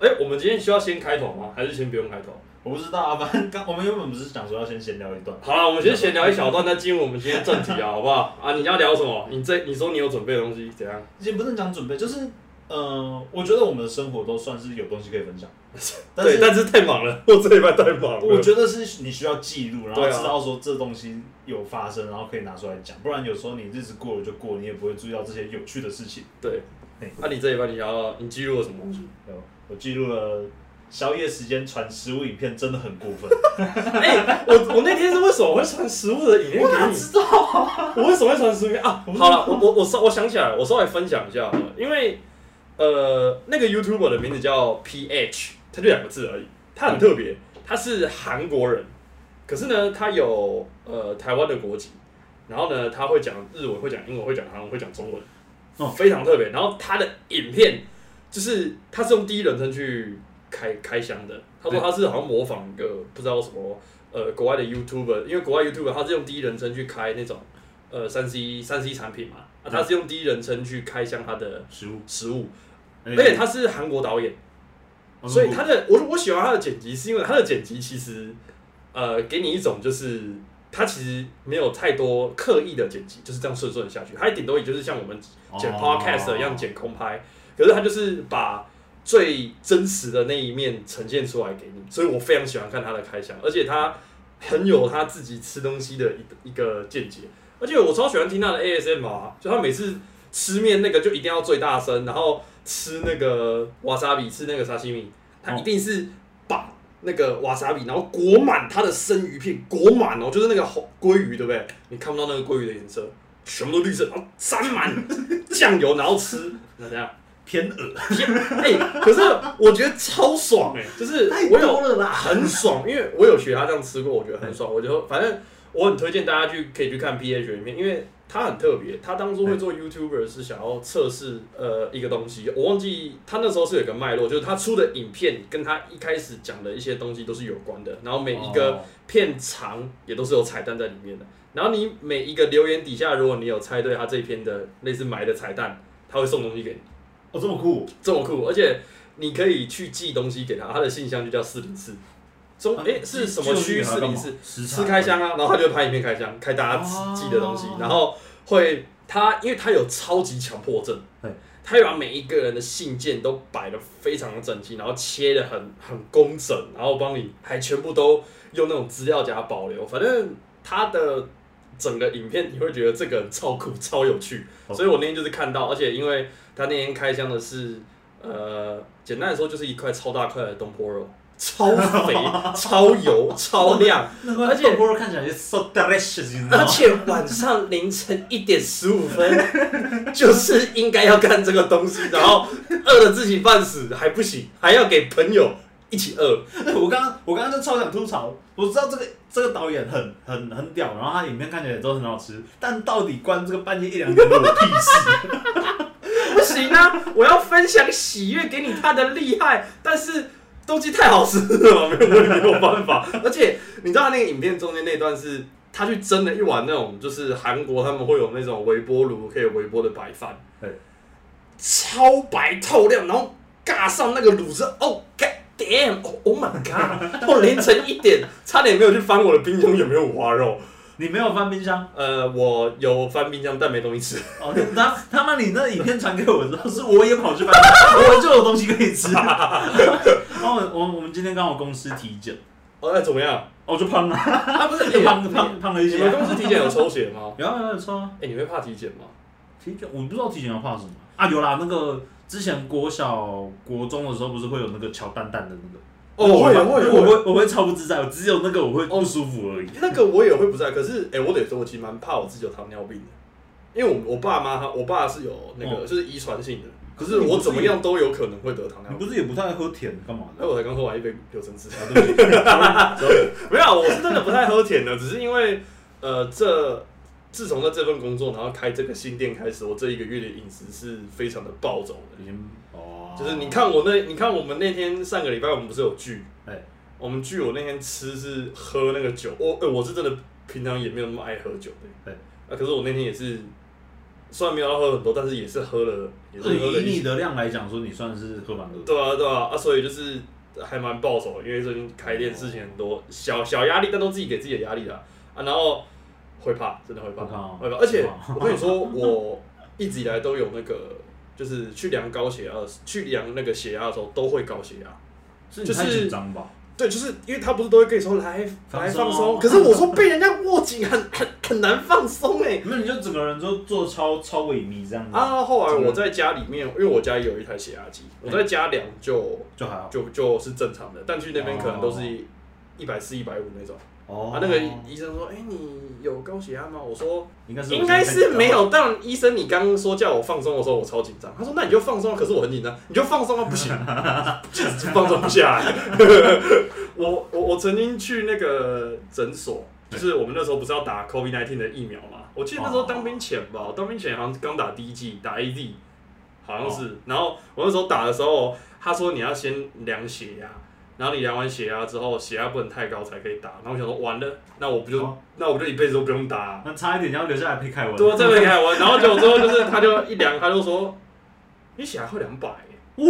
哎今天需要先开头吗？还是先不用开头？我不知道啊，反正刚我们原本不是想说要先闲聊一段，好了，我们先闲聊一小段，再进入我们今天正题啊，好不好？ 啊，你要聊什么？你这你说你有准备的东西怎样？也不能讲准备，就是呃，我觉得我们的生活都算是有东西可以 分享，但对，是但是太忙了，我这礼拜太忙了。我觉得是你需要记录，然后对啊知道说这东西有发生，然后可以拿出来讲，不然有时候你日子过了就过，你也不会注意到这些有趣的事情。对嘿，那、啊你这礼拜你想要你记录了什么东西？有我记录了宵夜时间传食物影片，真的很过分。我 我那天是为什么会传食物的影片给你？道？ 我为什么会传食物给啊？好了，我我我稍我想起来了，我稍微分享一下好了，因为呃，那个 YouTuber 的名字叫 PH，他就两个字而已，他很特别，他是韩国人，可是呢，他有呃台湾的国籍，然后呢，他会讲日文，会讲英文，会讲韩文，会讲中文，哦非常特别。然后他的影片就是他是用第一人称去开开箱的，他说他是好像模仿一个不知道什么呃国外的 YouTuber，因为国外 YouTuber 他是用第一人称去开那种呃三 C 三 C 产品嘛，啊，他是用第一人称去开箱他的 食物，食物，哎而且他是韩国导演。哦所以他的我我喜欢他的剪辑，是因为他的剪辑其实呃给你一种就是他其实没有太多刻意的剪辑，就是这样顺顺地下去，他顶多也就是像我们剪哦 podcast 一样剪空拍，可是他就是把最真实的那一面呈现出来给你，所以我非常喜欢看他的开箱，而且他很有他自己吃东西的一一个见解，而且我超喜欢听他的 ASMR，啊就他每次吃面那个就一定要最大声，然后吃那个瓦萨比，吃那个沙西米，哦他一定是把那个瓦萨比，然后裹满他的生鱼片，裹满哦，就是那个红鲑鱼，对不对？你看不到那个鲑鱼的颜色，全部都绿色，然后沾满酱油，然后吃，那怎样？ 偏恶，哎、可是我觉得超爽哎、就是我有了啦。很爽，因为我有学他这样吃过，我觉得很爽。我就反正我很推荐大家去可以去看 PH 里面，因为他很特别。他当初会做 YouTuber 是想要测试呃一个东西，我忘记他那时候是有一个脉络，就是他出的影片跟他一开始讲的一些东西都是有关的，然后每一个哦片长也都是有彩蛋在里面的。然后你每一个留言底下，如果你有猜对他这一篇的类似埋的彩蛋，他会送东西给你。哦，这么酷，这么酷，而且你可以去寄东西给他，他的信箱就叫四零四。中啊诶是什么区寄四寄零东四西？给他干嘛食材吃开箱啊，然后他就会拍影片开箱，开大家哦寄的东西，然后会他因为他有超级强迫症对，他会把每一个人的信件都摆的非常的整齐，然后切的很很工整，然后帮你还全部都用那种资料夹保留，反正他的整个影片你会觉得这个人超酷超有趣，哦所以我那天就是看到，而且因为他那天开箱的是呃，简单来说就是一块超大块的东坡肉，超肥、超油、超亮，而而且且波看起来是 so delicious，你知道而吗？且晚上凌晨一点十五分， 就是应该要干这个东西，然后饿的自己半死还不行，还要给朋友一起饿。我刚刚我刚刚就超想吐槽，我知道这个这个导演很很很屌，然后他影片看起来都很好吃，但到底关这个半夜一两点的我屁 事？不行啊！我要分享喜悦给你，他的厉害，但是东西太好吃了，没有没有办 法。而且你知道他那个影片中间那段是他去蒸了一碗那种，就是韩国他们会有那种微波炉可以微波的白饭对，超白透亮，然后尬上那个卤汁，哦，God damn，哦，Oh my god！我 凌晨一点差点没有去翻我的冰箱有没有五花肉，你没有翻冰箱呃，我有翻冰箱但没东西吃。 哦？你他他妈你那影片传给我之后，是我也跑去翻冰箱，我就有东西可以 吃。然后我我我们今天刚好公司体检，哦，那怎么样？哦就胖了，啊，不是， 就胖你胖胖了一你们些。啊公司体检有抽血吗？有啊有啊有抽啊，哎、你会怕体检吗？体检我不知道体检要画什么啊？有啦，那个之前国小国中的时候不是会有那个乔蛋蛋的那个。哦我也我会，哦我我哦会。会我会超不自在，我只有那个我会不舒服而已。那个我也会不在，可是哎、我得说，我其实蛮怕我自己有糖尿病的，因为我我爸妈他我爸是有那哦个、就是遗传性的，可是我怎么样都有可能会得糖尿你病。不是也不太爱喝甜干嘛哎，的？我才刚喝完一杯柳橙汁，啊对不起 sorry，sorry 没有，我是真的不太喝甜的，只是因为呃，这自从在这份工作，然后开这个新店开始，我这一个月的饮食是非常的暴走的，已经哦，就是你看我那，你看我们那天上个礼拜我们不是有聚，哎我们聚我那天吃是喝那个酒，我、呃我是真的平常也没有那么爱喝酒的，对啊，可是我那天也是，虽然没有要喝很多，但是也是喝了，也是喝了以一你的量来讲说，你算是喝蛮多的。对啊对啊啊，所以就是还蛮暴走的，因为最近开店事情很多，小小压力，但都自己给自己的压力啦。啊，然后会怕，真的会怕，会怕哦会怕。而且会怕我跟你说， 我一直以来都有那个，就是去量高血压的，去量那个血压的时候都会高血压。是就你是太紧张吧？对，就是因为他不是都会跟你说来放来松放松，可是我说被人家握紧很很很难放松 哎、没有，你就整个人就做超超萎靡这样子，啊，后来我在家里面，因为我家有一台血压机，我在家量就就还好。就就是正常的，但去那边可能都是一百四、一百五那种。哦啊，那个医生说：“哎、你有高血压吗？”我说应该：“是应该是没。有。”啊但医生，你刚刚说叫我放松的时候，我超紧张。他说：“那你就放松啊。”可是我很紧张，你就放松啊，不行， 就是放松不下来。 我我我曾经去那个诊所，就是我们那时候不是要打 COVID 1 9的疫苗嘛？我记得那时候当兵前吧，我哦当兵前好像刚打第一剂，打 AZ，好像哦是。然后我那时候打的时候，他说你要先量血压。然后你量完血压之后，血压不能太高才可以打。然后我想说，完了，那我不就、哦那我就一辈子都不用打、啊。那差一点要留下来配凯文。 多这个凯文，然后就之后就是他就一量，他就说你血压快两百，哇，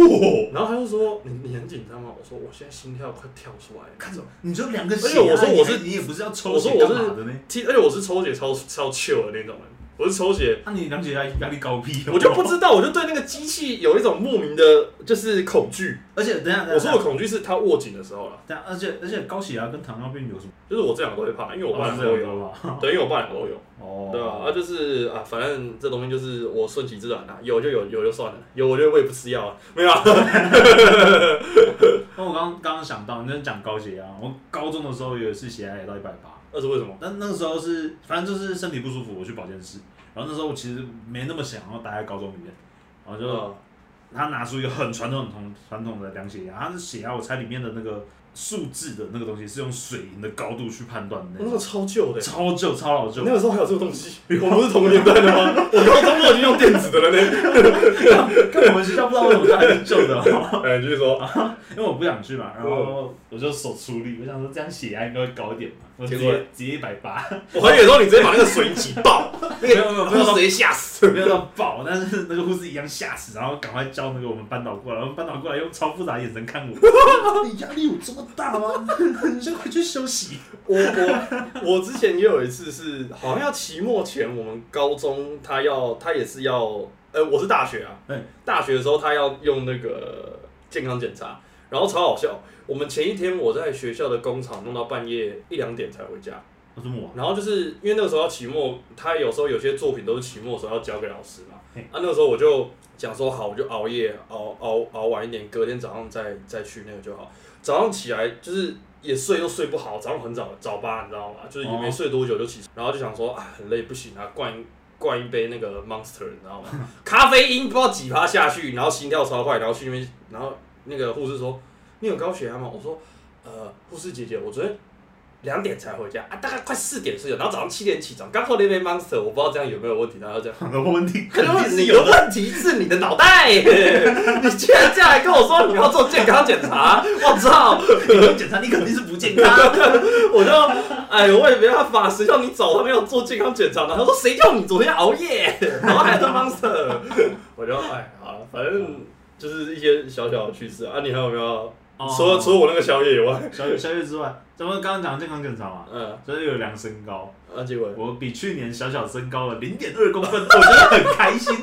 然后他就说你你很紧张吗？我说我现在心跳快跳出来，看着，你就两个而血且压，我说我是你也不是要抽我说血我干嘛的是呢？其实而且我是抽血超超 chill 的那种人，我是抽血，那你量血压压力高屁哦！我就不知道，我就对那个机器有一种莫名的，就是恐惧。而且等一下，等我一下说，的恐惧是他握紧的时候了，等一下，而且而且高血压跟糖尿病有什么？啊就是我这两个都会怕，因为我爸爸两个都有，吧？对，因为我爸两个都有。嗯哦，对啊，啊就是啊，反正这东西就是我顺其自然啦、有就有，有就算了，有我觉得我也不吃药啊，没有、啊，那我刚刚刚刚想到，你在讲高血压，我高中的时候有一次血压也到一百八，那是为什么？但那个时候是反正就是身体不舒服，我去保健室，然后那时候我其实没那么想要待在高中里面，然后就、嗯他拿出一个很传统、很传传统的量血压，他是血压，我猜里面的那个数字的那个东西是用水银的高度去判断的那那个种，超旧的、超旧、超老旧那。个时候还有这个东西，我们不是同个年代的吗？我高中都已经用电子的了呢。跟我们学校不知道为什么它还是旧的、哦， 哎，就是说，因为我不想去嘛，然后我就手出力，我想说这样血压应该会高一点嘛，我直结果接直接一百八。我还以为说你直接把那个水挤 爆，那没有没有个没有直接吓死。 没有到爆，但是那个护士一样吓死，然后赶快叫那个我们班导过来，我们班导过来用超复杂的眼神看我， 你压力有这么大吗？ 你先回去休息。我我我之前也有一次是，好像要期末前，我们高中他要他也是要，呃，我是大学啊，嗯大学的时候他要用那个健康检查，然后超好笑。我们前一天我在学校的工厂弄到半夜一两点才回家，我这么晚，然后就是因为那个时候要期末，他有时候有些作品都是期末的时候要交给老师嘛嘿。啊，那个时候我就想说好，我就熬夜熬熬熬晚一点，隔天早上再再去那个就好。早上起来就是也睡又睡不好，早上很早早八，你知道吗？就是也没哦睡多久就起床，然后就想说啊很累不行啊，灌一灌一杯那个 Monster，你知道吗？ 咖啡因不知道几趴下去，然后心跳超快，然后去那边，然后那个护士说你有高血压吗？我说呃护士姐姐，我昨天。两点才回家啊，大概快四点睡觉，然后早上七点起床，刚喝了一杯 Monster，我不知道这样有没有问题，然后这样，很多问题可肯定能是你有的的。问题是你的脑袋，你居然这样来跟我说你要做健康检查，我操！你不检查，你肯定是不健康。我就哎，我也没办法，谁叫你早上要做健康检查呢？他说谁叫你昨天熬夜，然后还喝 Monster，我就哎好了，反正就是一些小小的趣事啊。你还有没有？除了除了我那个宵夜以外， 小月小月之外，咱们刚刚讲健康检查嘛，嗯，所以有量身高，啊，结果我比去年小小增高了零点二公分， 我觉得很开 心。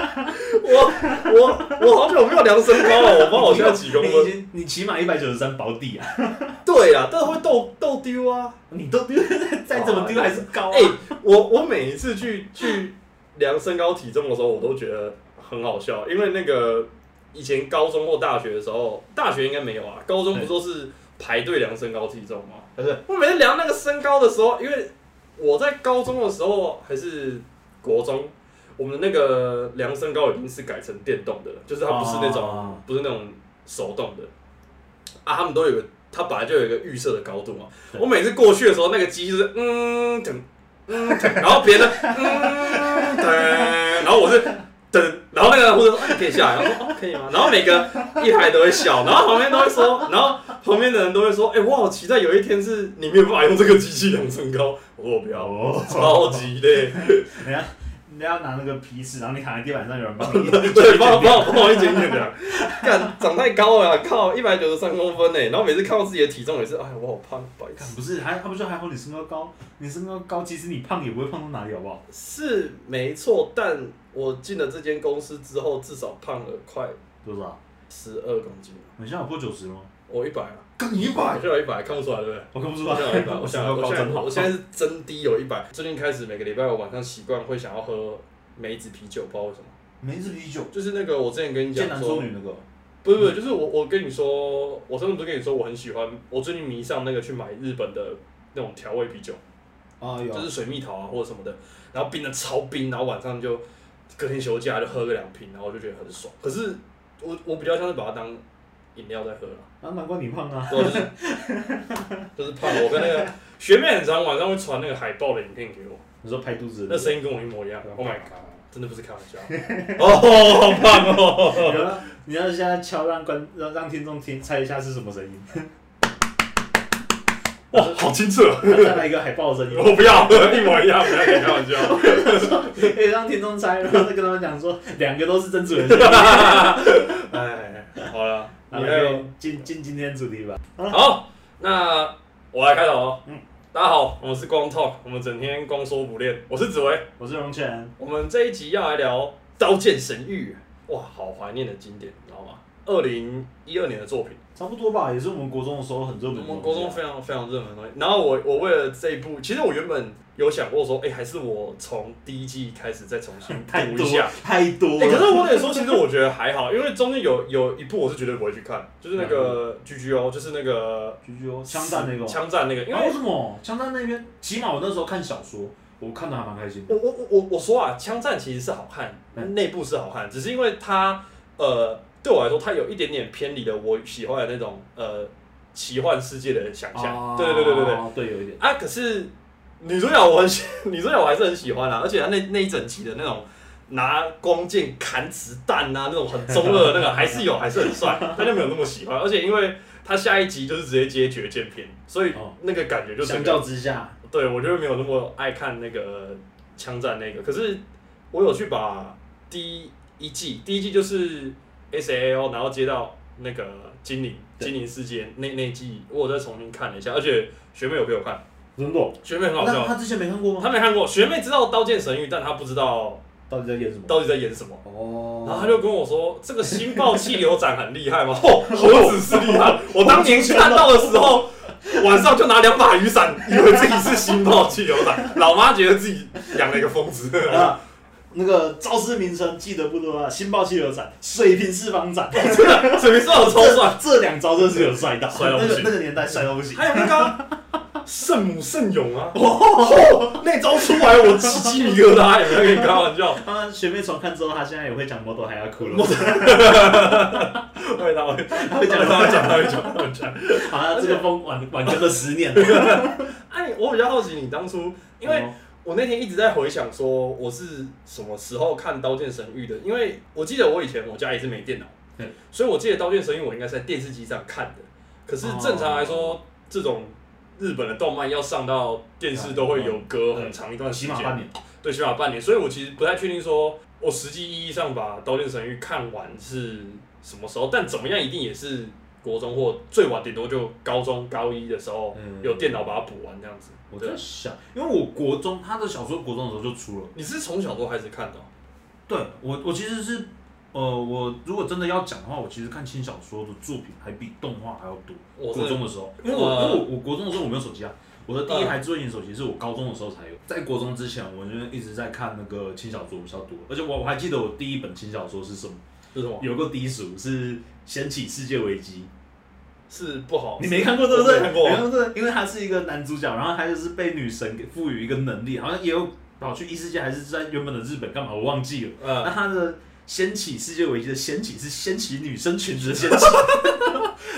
我我我好久没有量身高了，我不知哦道我现在几公你已分。经你起码一百九十三保底啊，对啊，但会斗斗丢啊。你都丢， 再怎么丢还是高啊。哎、我我每一次去去量身高体重的时候，我都觉得很好笑，因为那个以前高中或大学的时候，大学应该没有啊，高中不都是排队量身高体重吗？可是我每次量那个身高的时候，因为我在高中的时候还是国中，我们那个量身高已经是改成电动的了，就是它不是那种、哦不是那种手动的啊，他们都有个它本来就有一个预设的高度嘛。对我每次过去的时候，那个机就是嗯等嗯等，然后别人嗯等，然后我是。等，然后那个护士说、啊、你可以下来，然后说、哦、可以吗？然后每个一排都会笑，然后旁边都会说，然后旁边的人都会说，哎、我好期待有一天是你没有办法用这个机器量身高。我说我不要，哦超级累。等一下，你人家拿那个皮尺，然后你躺在地板上，有人帮 你 对，帮我帮我帮我一点点的， 干长太高了，啊靠，一百九十三公分欸呢。然后每次看到自己的体重也是，哎呀，我好胖，不好意干思。不是，还他不是还好你身高高，你身高高，其实你胖也不会胖到哪里，好不好？是没错，但我进了这间公司之后，至少胖了快多少？十二公斤，你现在有破九十吗？我一百啊，刚一我，现在有一百，看不出来对不对？我看不出我现在有一百，来，我身想高我高现真在好。我现在是真低有一百。最近开始每个礼拜我晚上习惯会想要喝梅子啤酒，不知道为什么，梅子啤酒，就是那个我之前跟你剑讲南说淑，女那个，不是不是，就是我我跟你说，我上次不是跟你说我很喜欢，我最近迷上那个去买日本的那种调味啤酒，啊就是水蜜桃啊或者什么的，然后冰的超冰，然后晚上就隔天休假就喝个两瓶，然后我就觉得很爽。可是我我比较像是把它当饮料在喝啦，啊，难怪你胖啊！对啊，就是就是胖了。我跟那个学妹很常晚上会传那个海报的影片给我，你说拍肚子那的，声音跟我一模一样。Oh my god！ god！真的不是开玩笑，哦，好胖哦！有了，你要现在敲让观让让听众听猜一下是什么声音，哇，好清澈，再来一个海报的声音， 我不要， 一模一样，不要跟你开玩笑。可以让听众猜，然后再跟他们讲说两个都是真 主人声音。哎，好了，你好还有了，进进今天主题吧。好，那我来开头哦。嗯大家好，我们是光 talk，我们整天光说不练。我是紫薇，我是荣泉，我们这一集要来聊《刀剑神域》，哇，好怀念的经典，你知道吗？二零一二年的作品，差不多吧，也是我们国中的时候很热我门的东西啊。们国中非常非常热门的东西。然后我我为了这一部，其实我原本有想过说，哎、还是我从第一季开始再重新 太补一多下。太多哎、可了。是我得说，其实我觉得还好，因为中间有有一部我是绝对不会去看，就是那啊个 G G O，就是那个狙击哦，枪战那个哦，枪战那个，因为啊为什么枪战那边？起码我那时候看小说，我看的还蛮开心的。我我我我我说啊，枪战其实是好看，嗯内、部是好看，只是因为它呃对我来说，它有一点点偏离了我喜欢的那种呃奇幻世界的想哦象。对、对对对对对对，啊对有一点。啊！可是女主角我很喜， 女主角我还是很喜欢啊啦、而且她那那一整集的那种拿弓箭砍子弹啊，那种很中二的那个还是有，还是很帅，但就没有那么喜欢。而且因为他下一集就是直接接决剑篇，所以哦那个感觉就整相个较之下，对我就是没有那么爱看那个枪战那个，可是我有去把第一季，第一季就是 S A O，然后接到那个精灵对精灵世界那那一季，我有再重新看了一下，而且学妹有陪我看，真的哦？学妹很好那笑，他之前没看过吗？她没看过，学妹知道《刀剑神域》，但她不知道到底在演什么？到底在演什么。哦，然后她就跟我说：“这个星爆气流斩很厉 害吗？”哦，何止是厉害！我当年看到的时候，晚上就拿两把雨伞，以为自己是星爆气流 斩，老妈觉得自己养了一个疯子。啊， 那个招式名称记得不多啊，新爆气流斩、水平四方 斩，真的，水平上有超帅，这两招真是有帅到，帅到不那行个那个年代帅到不行。还有那个啊圣母圣勇 啊！哦，那招出来我起鸡皮疙瘩，有没有跟你开玩笑？当然，学妹重看之后，她现在也会讲摩托还要哭 了。会，他会，他 会讲他会讲，他会讲，他会讲。好像这个风晚晚更了十年了。哎，我比较好奇你当初，因为我那天一直在回想说，我是什么时候看《刀剑神域》的？因为我记得我以前我家也是没电脑对，所以我记得《刀剑神域》我应该是在电视机上看的。可是正常来说，这种日本的动漫要上到电视都会有隔很长一段时哦起间，码半年，对，起码半年。所以我其实不太确定说，我实际意义上把《刀剑神域》看完是什么时候，但怎么样一定也是国中或最晚顶多就高中高一的时候、嗯有电脑把它补完这样子。我对在，想，因为我国中他的小说国中的时候就出了。你是从小都开始看的哦、对我，我其实是，呃，我如果真的要讲的话，我其实看轻小说的作品还比动画还要多。我呃真国的中的时候，因为我、因为我我国中的时候我没有手机啊，我的呃第一台智慧型手机是我高中的时候才有。在国中之前，我就一直在看那个轻小说比较多，而且我我还记得我第一本轻小说是什么，是什么？有个低俗是《掀起世界危机》。是不好。你没看过对不对？哦我没看过没看过，因为他是一个男主角，然后他就是被女神给赋予一个能力，好像也有跑去异世界，还是在原本的日本干嘛，我忘记了。嗯那他的掀起世界危机的掀起是掀起女生 裙子的掀起，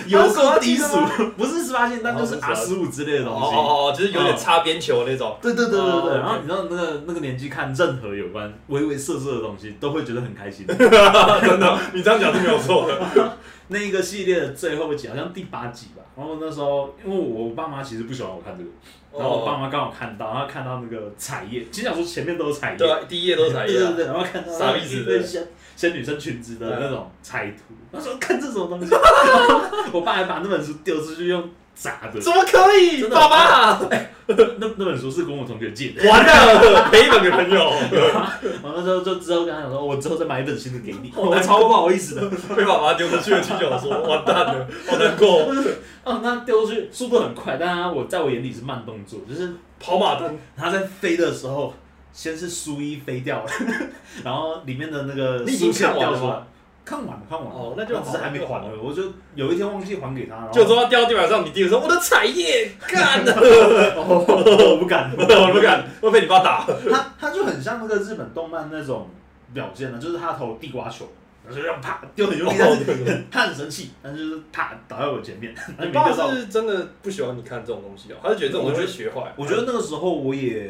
有够低俗，不是十八禁，但就是哦 R 十五之类的哦东西。嗯哦哦，就是有点擦边球那 种。对对对对对，哦然后你知道那个那个年纪看任何有关猥猥色色的东西都会觉得很 开心。真的，你这样讲是没有错的。那一个系列的最后一集好像第八集吧，然后那时候，因为我爸妈其实不喜欢我看这个，哦然后我爸妈刚好看到，然后看到那个彩页，其实想说前面都有彩页，对啊，第一页都是彩对页对啊，对，然后看到傻逼似的一堆仙仙女生裙子的那种彩图，他说看这种 东西，我爸还把那本书丢出去用砸 的，怎么可以？真的爸 爸，那那本书是跟我同学借的，完了，赔本给朋友，然后那时候就之后跟他讲说，我之后再买一本新的给你，哦 我超不好意思的， 被爸爸丢出去的轻小说，完蛋了，好难过， 哦，那丢出去速度很快，但他我在我眼里是慢动作，就是跑马灯，他在飞的时候，先是书衣飞掉了， 然后里面的那个你已经书签看完了掉出吗来，看完了，看完了，哦那就好只是还没还了，我就有一天忘记还给他，然后就说掉地板上，你弟弟说我的彩页，干 了， 哦我不敢，我不。 敢，会被你爸打，他他就很像那个日本动漫那种表现呢，就是他投地瓜球，然后就这样啪丢很用力，但是他很生气，但是就是啪倒在我前 面，你然爸后没丢到我。是真的不喜欢你看这种东西哦，他是觉得这种东西学坏，我觉得那个时候我也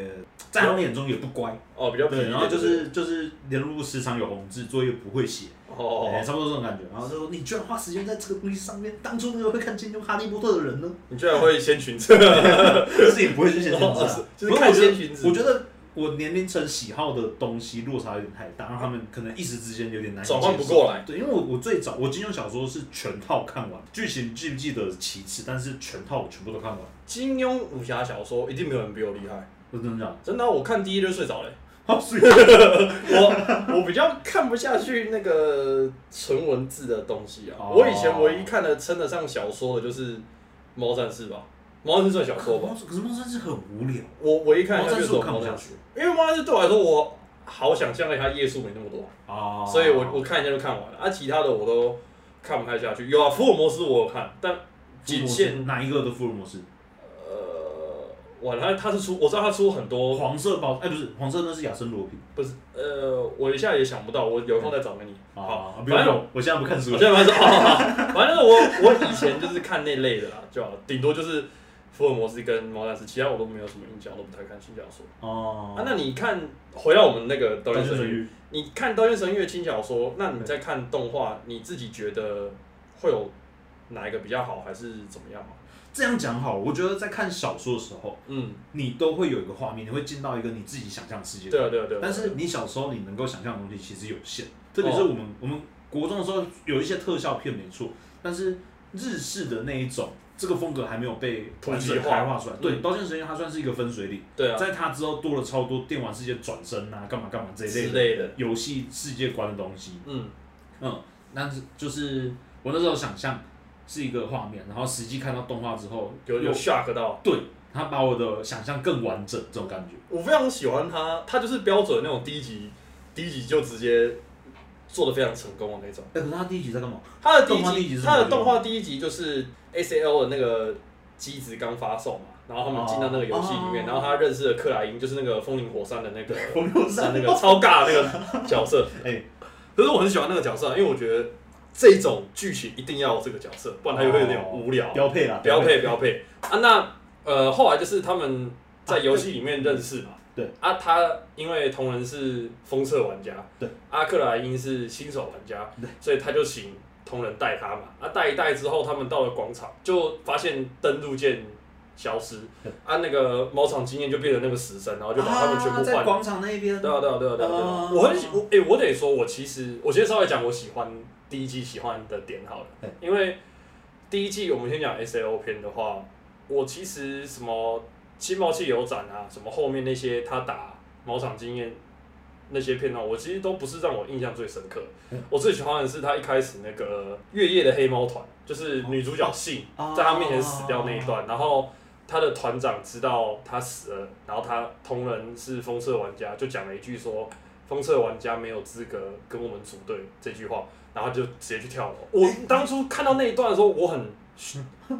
在他们眼中也不乖，哦比较皮一对，点，然后就是就是连入时常有红字，作业不会写，哎哦，差不多这种感觉。然后就说你居然花时间在这个东西上面，当初那个会看《金庸》《哈利波特》的人呢， 你居然会先群策，就是也不会去写文字啊哦，就是看先裙子我觉得。我觉得我年龄层喜好的东西落差有点太大，让他们可能一时之间有点难以转换不接受过来，对，因为我我最早我金庸小说是全套看完，剧情记不记得其次，但是全套我全部都看完。金庸武侠小说一定没有人比我厉害，我真的讲，真的啊，我看第一就睡着了。 好水， 我我比较看不下去那个纯文字的东西啊。哦我以前唯一看的称得上小说的就是《猫战士》吧，《猫战士》算小说吧。可是猫山是很无聊，我唯一看猫的就山是是《我看猫不战下士去》，因为《猫战士》对我来说，我好想象了它页数没那么多，啊所以我我看一下就看完了。啊，其他的我都看不太下去。有啊，《福尔摩斯》我有看，但仅限哪一个的福尔摩斯？呃，哇，他他是出我知道他出很多，黄色包哎，不是黄色，那是亚森罗平。不是呃，我一下也想不到，我有空再找给你。好，啊，反不用正不用，我现在不看书我了。现在蛮说，哦反正我我以前就是看那类的啦，就好了顶多就是福尔摩斯跟猫战士，其他我都没有什么印象，我都不太看轻小说。哦啊，那你看回到我们那个《刀剑神短剧域》，神你看《刀剑神域》的轻小说，那你在看动画，你自己觉得会有哪一个比较好，还是怎么样吗？这样讲好，我觉得在看小说的时候，嗯，你都会有一个画面，你会进到一个你自己想象的世界。对啊，对啊，对啊。但是你小时候你能够想象的东西其实有限，特别是我们、我们国中的时候有一些特效片没错，但是日式的那一种这个风格还没有被普及化完整开化出来。对，嗯刀剑神域它算是一个分水岭，对啊，在它之后多了超多电玩世界转身啊，干嘛干嘛这一之类类的，游戏世界观的东西。嗯，嗯，但是就是我那时候想象是一个画面，然后实际看到动画之后，有有 shock 到。对它把我的想象更完整这种感觉。我非常喜欢他，他就是标准那种第一集，第一集就直接做的非常成功的那种。哎、可是它第一集在干嘛？他的第动画第一一集集，是什么他的动画第一集就是 S A L 的那个机子刚发售嘛，然后他们进到那个游戏里面，哦然后他认识了克莱因，就是那个风林火山的 那个我没有那个超尬的那个角色。哎、可是我很喜欢那个角色，因为我觉得这种剧情一定要有这个角色，不然他就会有点无聊。标配啦，标配标配啊，那呃后来就是他们在游戏里面认识嘛。对啊，他因为同人是封测玩家，对，阿克莱因是新手玩家，对，所以他就请同人带他嘛。啊，带一带之后，他们到了广场，就发现登入键消失对，啊，那个猫场经验就变成那个死神，然后就把他们全部啊在换。广场那边对啊，对啊，对啊，对啊，对啊哦！我很喜，我哎、我得说，我其实我先稍微讲我喜欢第一季喜欢的点好了嗯，因为第一季我们先讲 S L 篇的话，我其实什么新毛汽油展啊，什么后面那些他打毛场经验那些片段，我其实都不是让我印象最深刻。嗯我最喜欢的是他一开始那个月夜的黑猫团，就是女主角信。在他面前死掉那一段，然后他的团长知道他死了，然后他同人是风车玩家，就讲了一句说风车玩家没有资格跟我们组队这句话，然后就直接去跳楼。我当初看到那一段的时候，我很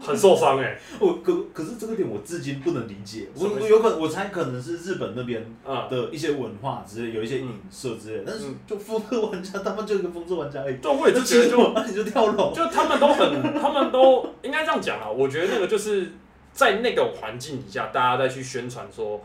很受伤哎、我哦可可是这个点我至今不能理解，什我么意思我有可能我猜可能是日本那边啊、的一些文化之类，有一些影射之类，但是就风车玩家他们就一个风车玩家而已嗯，，对，我也是觉得就嗯就你就跳楼，就他们都很， 他们都应该这样讲啊。我觉得那个就是在那个环境底下，大家再去宣传说，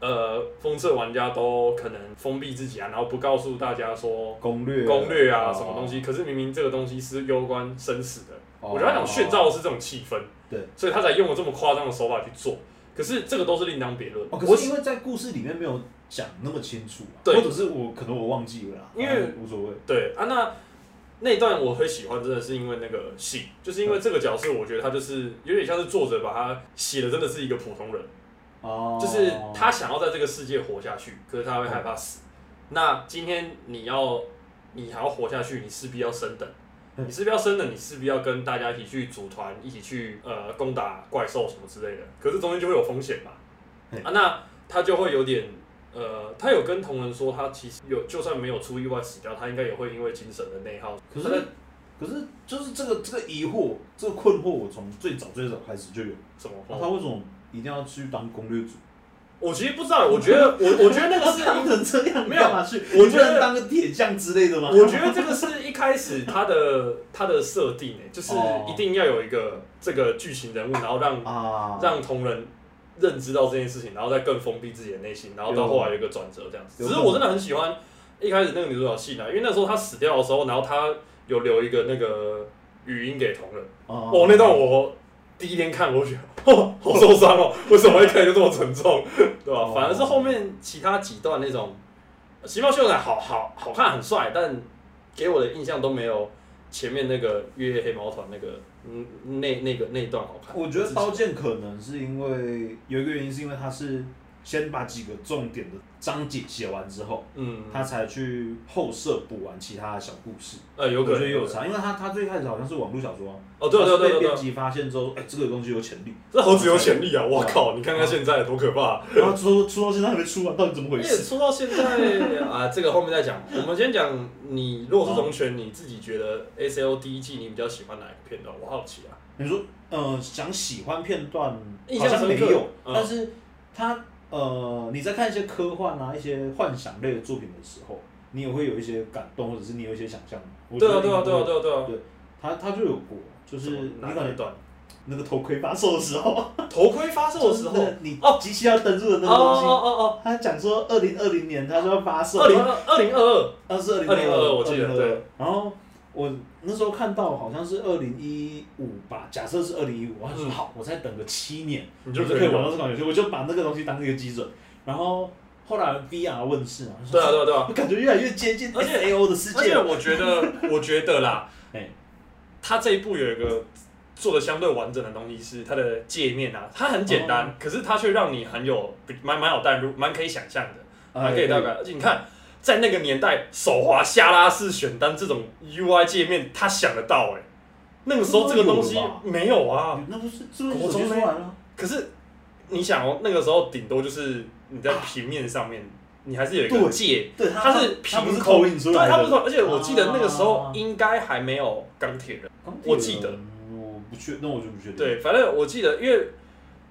呃，封测玩家都可能封闭自己啊，然后不告诉大家说攻略啊攻略啊啊什么东，西。可是明明这个东西是攸关生死的，哦我觉得他想渲，造的是这种气氛。对，所以他才用了这么夸张的手法去做。可是这个都是另当别论。哦，我可是因为在故事里面没有讲那么清楚、啊，对或者是我可能我忘记了啦，因为反正无所谓。对啊，那那一段我会喜欢，真的是因为那个戏，就是因为这个角色，我觉得他就是有点像是作者把他写的真的是一个普通人，哦，就是他想要在这个世界活下去，可是他会害怕死。那今天你要你还要活下去，你势必要升等，嗯你势必要升等，你势必要跟大家一起去组团，一起去呃攻打怪兽什么之类的。可是中间就会有风险嘛，嗯啊，那他就会有点。呃，他有跟同仁说，他其实有就算没有出意外死掉，他应该也会因为精神的内耗。可他在是可是就是这个这个疑惑，这个困惑，我从最早最早开始就有。哦什么？那、他为什么一定要去当攻略组？我其实不知道，我觉得我我觉得那个是当成这样，没没有有嘛去？我你觉不得能当个铁匠之类的吗？我觉得这个是一开始他的 他的设定、欸，就是哦一定要有一个这个剧情人物，然后让啊，让同人认知到这件事情，然后再更封闭自己的内心，然后到有后来有一个转折这样子。有只是我真的很喜欢一开始那个女主角戏呢，因为那时候她死掉的时候，然后她有留一个那个语音给同人，哦哦，那段我第一天看，我就觉得 哦，好受伤哦，为什么会看就这么沉重， 对吧、哦反而是后面其他几段那种呃《奇妙秀才》好好好看，很帅，但给我的印象都没有前面那个月夜黑毛团那个嗯那那个那一段好看。我觉得《刀剑》可能是因为有一个原因，是因为它是先把几个重点的章节写完之后，嗯，他才去后设补完其他的小故事。呃有我可觉能得有差，因为他他最开始好像是网络小说啊，哦，对对他是对被对编对，辑发现之后，哎、这个东西有潜力，这猴子有潜力啊！我对啊靠，你看看现在多可怕、然后出出到现在还没出完，到底怎么而回且事？说到现在 啊，这个后面再讲。我们先讲你，如果是龙泉，你自己觉得 S L 第一季你比较喜欢哪一个片段？我好奇啊。你说，呃，想喜欢片段印好象像深刻没有，嗯但是他呃，你在看一些科幻啊、一些幻想类的作品的时候，你也会有一些感动，或者是你有一些想象。我觉对得啊，对啊，你对会啊，对啊，对啊。他他就有过，就是你哪可一能段？那个头盔发售的时 候，头盔发售的时候。 就哦是你机器要登入的那个哦东西，哦他讲说二零二零年他就要发哦，售，二零二二零二二，二是二零2022我记得对。然后我那时候看到好像是二零一五吧，假设是二零一五，我还说嗯好，我再等个七年，你就我可就以可以玩玩到这款游戏，我就把那个东西当一个基准。然后后来 VR 问世啊，我就对啊，说对啊，对啊。我感觉越来越接近而且 S A O 的世而界且了。我觉得， 我觉得啦，哎，它这一部有一个做的相对完整的东西是它的界面啊，它很简单，可是它却让你很有蛮蛮有代入，蛮可以想象的。还啊哎可以大概，而且你看，在那个年代，手滑下拉式选单这种 UI 界面，他想得到哎、那个时候这个东西那有吧没有啊，哎那不是是不是国手中机出嘞来了？可是你想哦，那个时候顶多就是你在平面上面，你还是有一个对界，对，它是它不凭是空投影出对，来的，他不是说，而且我记得那个时候啊应该还没有钢铁人，钢铁我记得人哦我不确，那我就不确定。对，反正我记得，因为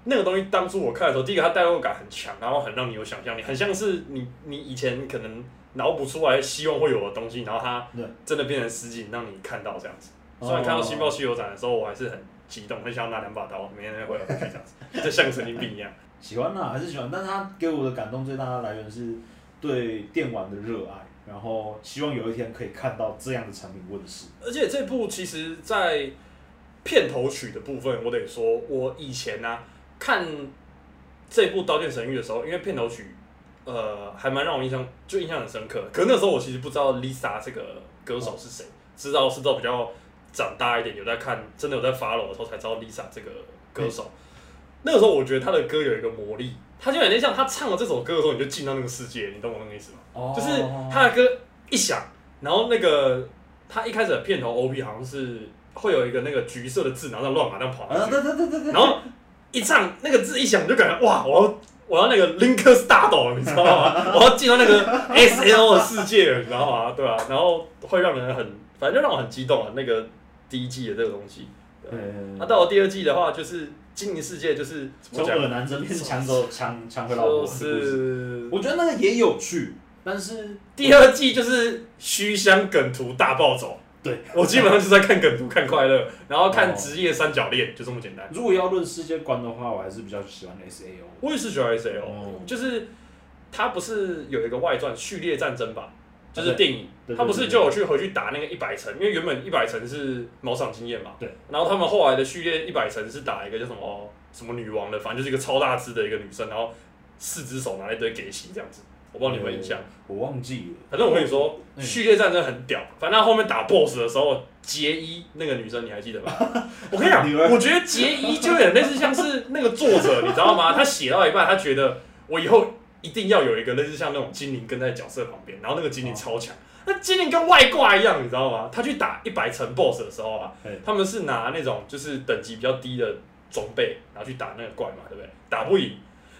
那个东西当初我看的时候，第一个它代入感很强，然后很让你有想象力，很像是你你以前可能脑补出来希望会有的东西，然后它对真的变成实景让你看到这样子。哦虽然看到《新报西游展》的时候，我还是很激动，很想要拿两把刀，每天会回去这样子， 就像神经病一样。喜欢啊啦，还是喜欢，但是他给我的感动最大的来源是对电玩的热爱，然后希望有一天可以看到这样的产品问世。而且这部其实，在片头曲的部分，我得说，我以前呢、看这部《刀剑神域》的时候，因为片头曲，呃，还蛮让我印象就印象很深刻。可是那时候我其实不知道 Lisa 这个歌手是谁，知道是到比较长大一点，有在看，真的有在 follow 的时候才知道 Lisa 这个歌手。那个时候我觉得她的歌有一个魔力，她就有点像她唱了这首歌的时候，你就进到那个世界，你懂我那个意思吗？哦就是他的歌一响，然后那个他一开始的片头 OP 好像是会有一个那个橘色的字，然后乱码这样跑啊，上去对对对对对，然后一唱那个字一响，你就感觉哇，我要我要那个 Link Star，你知道吗？ 我要进到那个 S L 的世界了，你知道吗？对啊，然后会让人很，反正就让我很激动啊。那个第一季的这个东西，那、呃，到了第二季的话，就是《精灵世界》，就是怎么从讲，恶男这边抢走抢抢回老婆就的故事，是我觉得那个也有趣，但是第二季就是虚香梗图大暴走。对我基本上就是在看梗图、看快 乐，然后看哦职业三角恋，就这么简单。如果要论世界观的话，我还是比较喜欢 S A O。我也是喜欢 S L，哦就是它不是有一个外传序列战争吧？就是电影，啊对对对他不是就有去回去打那个一百层，因为原本一百层是毛场经验嘛，对，然后他们后来的序列一百层是打一个叫什么什么女王的，反正就是一个超大只的一个女生，然后四只手拿一堆给洗这样子，我不知道你有没有印象，我忘记了。反正我跟你说，嗯序列战争很屌。反正他后面打 BOSS 的时候，杰伊那个女生你还记得 吧？我跟你女讲，儿我觉得杰伊就有点类似像是那个作者，你知道吗？他写到一半，他觉得我以后一定要有一个类似像那种精灵跟在角色旁边，然后那个精灵超强。那精灵跟外挂一样，你知道吗？他去打一百层 BOSS 的时候啊嘿，他们是拿那种就是等级比较低的装备，然后去打那个怪嘛，对不对？打不赢，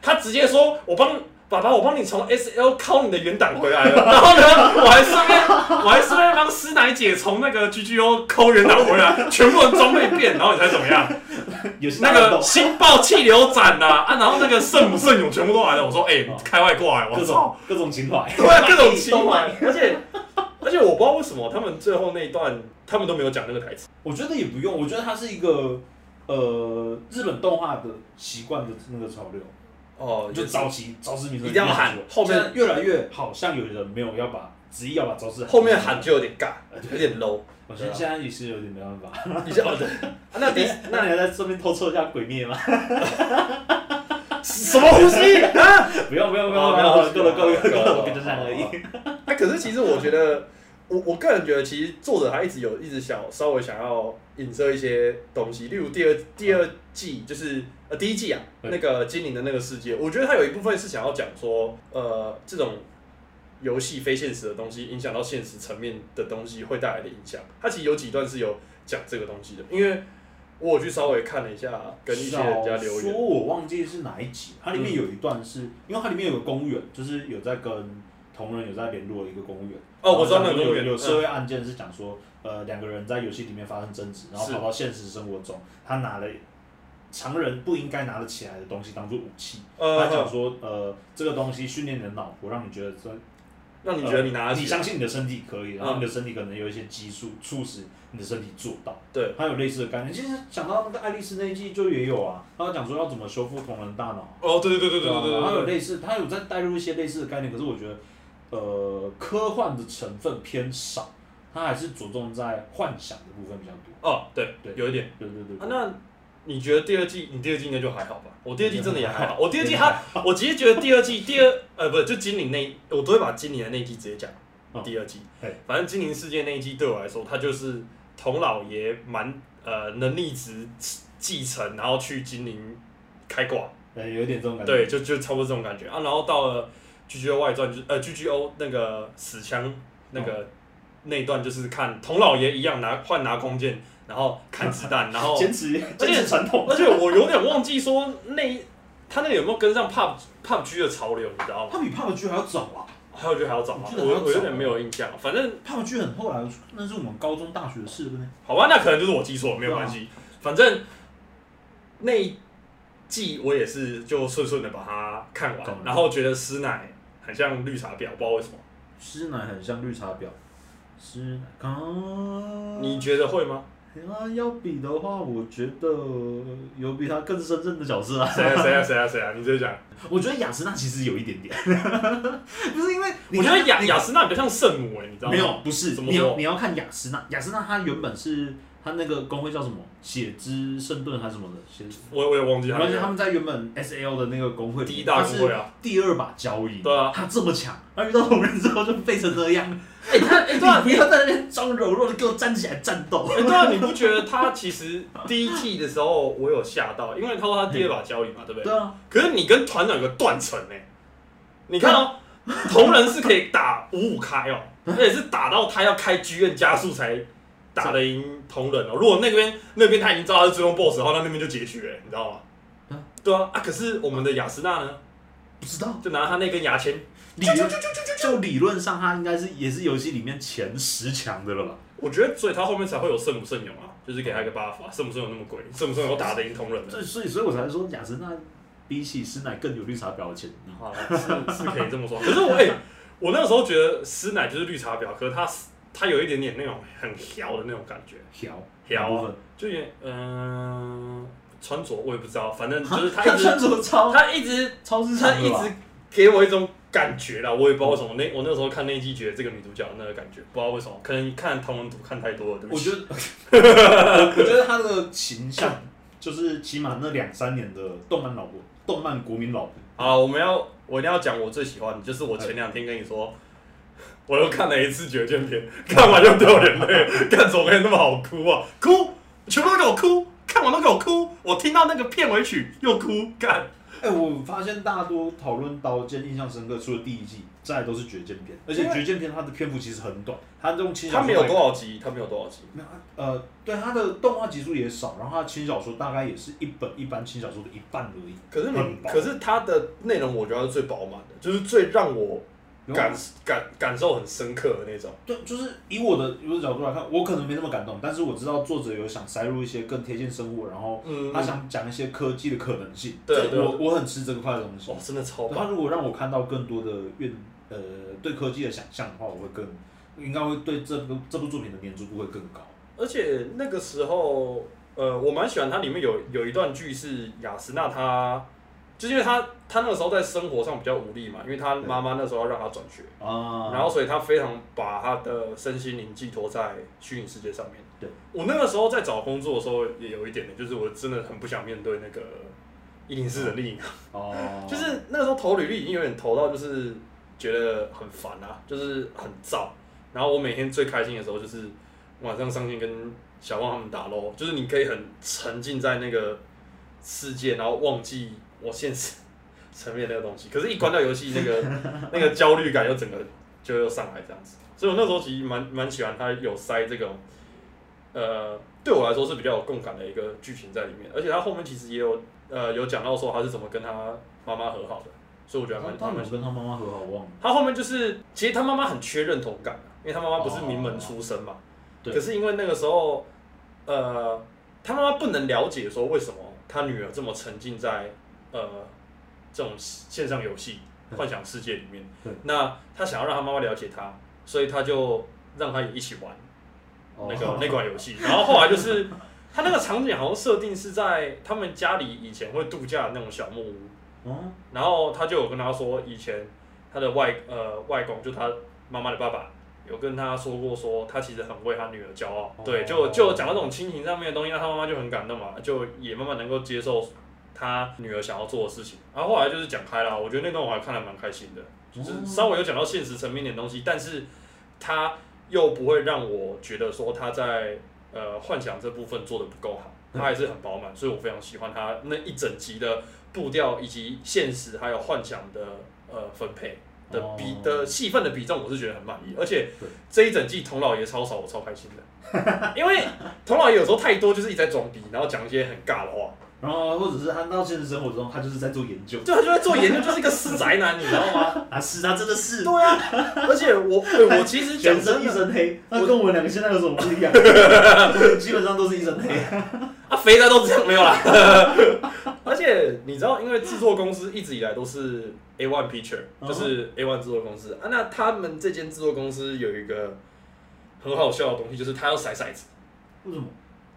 他直接说：“我帮爸爸，我帮你从 S L 靠你的原档回来 了。”然后呢，我还顺便我还顺便帮师奶姐从那个 G G O 抠原档回来，全部人装备变，然后你猜怎么样？有些 那个星爆气流斩呐啊然后那个圣母圣勇全部都来了。我说：“哎、你开外挂、欸，我各操！”种各种情怀，对啊，各种情怀，而且而且我不知道为什么他们最后那一段他们都没有讲那个台词，我觉得也不用，我觉得它是一个呃日本动画的习惯的那个潮流，哦就早期招式名称一定要喊后面现在越来越好像有人没有要把执意要把招式后面喊，就有点 尬，有点 low。我现在现在也是有点没办法。你知 道的，啊那第 那你还在顺便偷测一下鬼灭 吗？什么呼吸啊？不用不用不哦用，不要够了够了够了够够了了，我跟着这样而已好。那可是其实我觉得，我我个人觉得，其实作者他一直有一直想稍微想要影射一些东西，例如第二第二季就是呃第一季啊，嗯那个精灵的那个世界，我觉得他有一部分是想要讲说，呃，这种游戏非现实的东西影响到现实层面的东西会带来的影响。他其实有几段是有讲这个东西的，因为我有去稍微看了一下，跟一些人家留少说言，我忘记是哪一集，它里面有一段是、因为它里面有个公务员，就是有在跟同仁有在联络的一个公务员。哦我知道那个然后公务员有嗯有社会案件是讲说，呃，两个人在游戏里面发生争执，然后是跑到现实生活中，他拿了常人不应该拿得起来的东西当做武器。他讲呃，说，呃，这个东西训练你的脑波，让你觉得说让你觉得你拿得你起来，相信你的身体可以，然后嗯你的身体可能有一些激素促使你的身体做到。对，它有类似的概念。其实讲到那个爱丽丝那一季就也有啊，他讲说要怎么修复同人大脑，哦，对对对对对对对它对有类似，它有在带入一些类似的概念。可是我觉得，呃，科幻的成分偏少，它还是着重在幻想的部分比较多。哦，对对有一点对对对啊。对，那你觉得第二季，你第二季应该就还好 吧？我第二季真的也还好，我第二季它，我其实觉得第二季第二呃，不就精灵那一，我都会把精灵的那一季直接讲。哦第二季嘿，反正精灵世界那一季对我来说，它就是童老爷蛮呃能力值继承，然后去精灵开挂，呃，有点这种感觉。对，就就差不多这种感觉啊。然后到了 G G O 外传，就是呃 G G O 那个死枪那个、嗯那一段，就是看童老爷一样拿换拿弓箭，然后砍子弹，然 后坚持而且坚持传统。而且我有点忘记说那一他那个有没有跟上 pub pub G 的潮流，你知道吗？它比胖的剧还要早啊！还有就还要找吗？我记我得还要我有找点没有印象，反正胖的剧很后来，那是我们高中、大学的事了呢。好吧，那可能就是我记错，没有关啊系。反正那一季我也是就顺顺的把它看看完，完然后觉得师奶很像绿茶婊，不知道为什么。师奶很像绿茶婊，师奶啊，你觉得会 吗？啊要比的话，我觉得有比他更深圳的角色啊。谁啊谁啊谁啊谁啊？你直接讲。我觉得雅诗娜其实有一点点， 不是因为你我觉得看雅你雅诗娜比较像圣母哎、你知道吗？没有，不是怎么你要说你要看雅诗娜，雅诗娜她原本是她那个工会叫什么血之圣盾还是什么的，血之我我也忘记她而且他了。们在原本 S L 的那个工会里啊第一面，大她公是会啊，第二把交椅，对啊他这么强，他遇到同人之后就废成那 样。哎、她哎、对啊，你不要在那边装柔弱，你给我站起来战斗。欸、 对啊，你不觉得他其实第一季的时候我有吓到，因为他说他第二把交椅嘛，对不对？对啊，可是你跟团长有个断层哎、你看哦，同人是可以打五五开哦，而且是打到他要开剧院加速才打得赢同人哦。如果那边那边他已经知道他是最终 BOSS 的话，那那边就结局了、你知道吗啊？对啊，啊，可是我们的雅诗娜呢，不知道就拿他那根牙签，理论就理论上他应该是也是游戏里面前十强的了吧？我觉得所以他后面才会有圣母圣勇啊，就是给他一个 buff 啊，圣母圣勇那么贵，圣母圣勇打得赢同人的。所以所以所以我才说雅诗娜比起师奶更有绿茶婊的潜力。好了，是是可以这 么说。可是我哎、我那个时候觉得师奶就是绿茶婊，可是她她有一点点那种很调的那种感觉，调调部啊分，就有点嗯、穿着我也不知道，反正就 就是是她他一直穿着超她一直超日她常的一吧直给我一种感觉啦，我也不知道为什么那我那时候看那一季觉得这个女主角那个感觉，不知道为什么，可能看唐文读看太多了，对不我起。觉得， 我觉得他的形象就是起码那两三年的动漫老婆，动漫国民老婆，啊，我们要我一定要讲我最喜欢的，就是我前两天跟你说，我又看了一次《绝剑篇》，看完就掉眼泪，看怎么可以那么好哭啊？哭，全部都给我哭，看完都给我哭，我听到那个片尾曲又哭，干哎、我发现大多讨论《刀剑》印象深刻，除了第一季，再来都是《绝剑篇》，而且因《为绝剑篇》它的篇幅其实很短，它用轻小他说没有来多少集，他没有多少集，没有呃，对它的动画集数也少，然后它的轻小说大概也是一本一般轻小说的一半而已。可是你很，薄可是它的内容我觉得是最饱满的，就是最让我嗯感感感受很深刻的那种。对，就是以我的我的角度来看，我可能没那么感动，但是我知道作者有想塞入一些更贴近生活，然后嗯，他想讲一些科技的可能性。对这对哦我我很吃这块的东西哇。，真的超对他棒！如果让我看到更多的愿呃对科技的想象的话，我会更应该会对这部这部作品的粘着度会更高。而且那个时候，呃，我蛮喜欢它里面有有一段剧是雅斯娜她，就是因为她她那个时候在生活上比较无力嘛，因为她妈妈那时候要让她转学，啊然后所以她非常把她的身心灵寄托在虚拟世界上面。对，我那个时候在找工作的时候也有一点的，就是我真的很不想面对那个一零四人力银行哦，就是那时候投履历已经有点投到，就是觉得很烦啊，就是很燥。然后我每天最开心的时候就是晚上上线跟小旺他们打咯，就是你可以很沉浸在那个世界，然后忘记我现实层面那个东西。可是，一关掉游戏，那个 那个焦虑感又整个就又上来这样子。所以我那时候其实蛮蛮喜欢他有塞这种，呃，对我来说是比较有共感的一个剧情在里面。而且他后面其实也有呃有讲到说他是怎么跟他妈妈和好的，所以我觉得还蛮哦他还们蛮有跟他妈妈和好，我忘了。他后面就是，其实他妈妈很缺认同感啊，因为他妈妈不是名门出身嘛。哦对可是因为那个时候，呃，他妈妈不能了解说为什么他女儿这么沉浸在呃这种线上游戏对幻想世界里面对。那他想要让他妈妈了解他，所以他就让他也一起玩那个、哦那款游戏。然后后来就是他那个场景好像设定是在他们家里以前会度假的那种小木屋。嗯然后他就有跟他说，以前他的外呃外公，就他妈妈的爸爸，有跟他说过说，他其实很为他女儿骄傲。哦对，就就有讲到这种亲情上面的东西，那他妈妈就很感动嘛，就也慢慢能够接受他女儿想要做的事情。然后后来就是讲开了，我觉得那段我还看得蛮开心的，就是稍微有讲到现实层面点东西，但是他又不会让我觉得说他在呃幻想这部分做的不够好，嗯他还是很饱满，所以我非常喜欢他那一整集的步调以及现实还有幻想的呃分配的比、哦的戏份的比重，我是觉得很满意，而且对这一整季童老爷超少，我超开心的， 因为童老爷有时候太多就是一直在装逼，然后讲一些很尬的话，然后或者是他到现实生活中，他就是在 做研究。就他就在做研究，就是一个死宅男，你知道吗？啊，是他真的是对啊，而且我、哎我其实讲全真身的一。身黑，那跟我们两个现在有什么不一 样？ 基本上都是一身黑。啊，肥宅都这样没有啦。 而且你知道，因为制作公司一直以来都是 A One Picture，嗯哼就是 A One 制作公司啊。那他们这间制作公司有一个很好笑的东西，就是他要甩骰子为什么？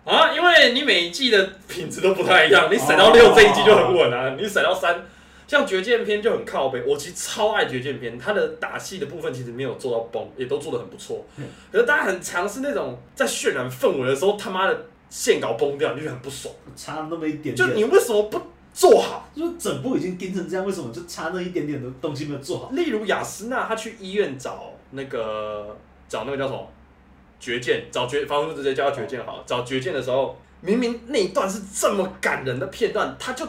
啊，因为你每一季的品质都不太一样，你甩到六这一季就很稳啊，你甩到三。像《绝剑篇》就很靠背，我其实超爱《绝剑篇》，它的打戏的部分其实没有做到崩，也都做得很不错。嗯可是大家很尝试那种在渲染氛围的时候，他妈的线稿崩掉，你就很不爽。差那么一点点，就你为什么不做好？就整部已经盯成这样，为什么就差那一点点的东西没有做好？例如雅诗娜，她去医院找那个找那个叫什么绝剑，找绝，反正我就直接叫她绝剑好了。找绝剑的时候，明明那一段是这么感人的片段，她就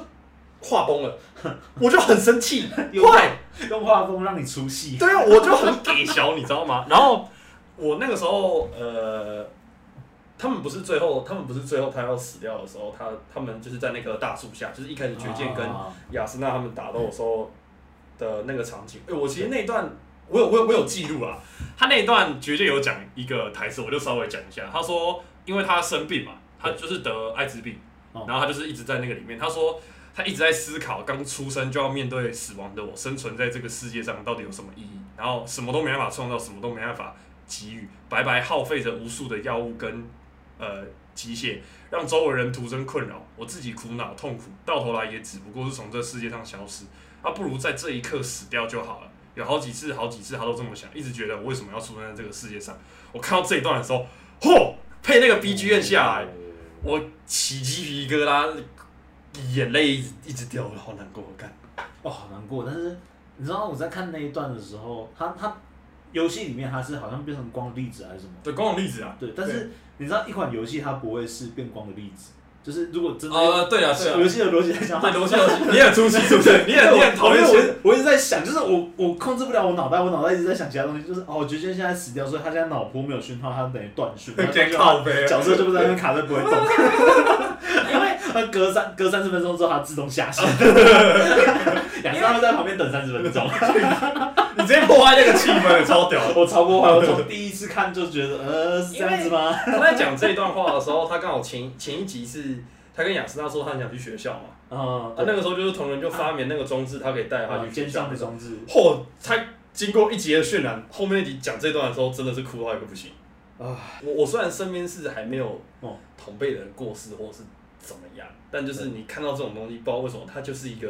画崩了， 我就很生气，有坏。用画风让你出戏。对啊，我就很给小，你知道吗？然后我那个时候，呃，他们不是最后，他们不是最后他要死掉的时候，他他们就是在那棵大树下，就是一开始绝剑跟啊雅诗娜他们打斗的时候的那个场景。哎、我其实那一段我有我有我有记录啊，他那一段绝对有讲一个台词，我就稍微讲一下。他说，因为他生病嘛，他就是得艾滋病，哦然后他就是一直在那个里面。他说。他一直在思考，刚出生就要面对死亡的我，生存在这个世界上到底有什么意义？然后什么都没办法创造，什么都没办法给予，白白耗费着无数的药物跟呃机械，让周围人徒增困扰，我自己苦恼痛苦，到头来也只不过是从这世界上消失。啊，不如在这一刻死掉就好了。有好几次、好几次他都这么想，一直觉得我为什么要出生在这个世界上。我看到这一段的时候，嚯，配那个 B G M 下来，我起鸡皮疙瘩，眼泪一直一直掉，好难过，干。哦，好难过。但是你知道我在看那一段的时候，他他游戏里面他是好像变成光粒子还是什么？对，光有例子啊。对，但是你知道一款游戏它不会是变光的粒子，就是如果真的啊，对啊，对游啊，戏的逻辑来讲，对逻辑逻辑，你很出戏是不 是？你对很你很我讨因厌为现我我一直在想，就是我我控制不了我脑袋，我脑袋一直在想其他东西，就是哦，绝剑现在死掉，所以他现在脑波没有讯号，他等于断 讯，然后断在讯后靠背 啊。 角色就不在那边卡在不 会动，因为他隔三隔三十分钟之后他自动下 线，亚瑟他们在旁边等三十分钟，你直接破坏那个气氛，超屌。 我超过坏，我从第一次看就觉得呃是这样子 吗？他在讲这段话的时候，他刚好前前一集是他跟雅斯娜说他很想去学校嘛，嗯，啊，那个时候就是同人就发明那个装置，他可以带他啊去学肩校上的。装置嚯，他经过一集的渲染，后面那集讲这段的时候，真的是哭到一个不行。啊，我我虽然身边是还没有哦同辈的人过世或是怎么样，但就是你看到这种东西，不知道为什么他就是一个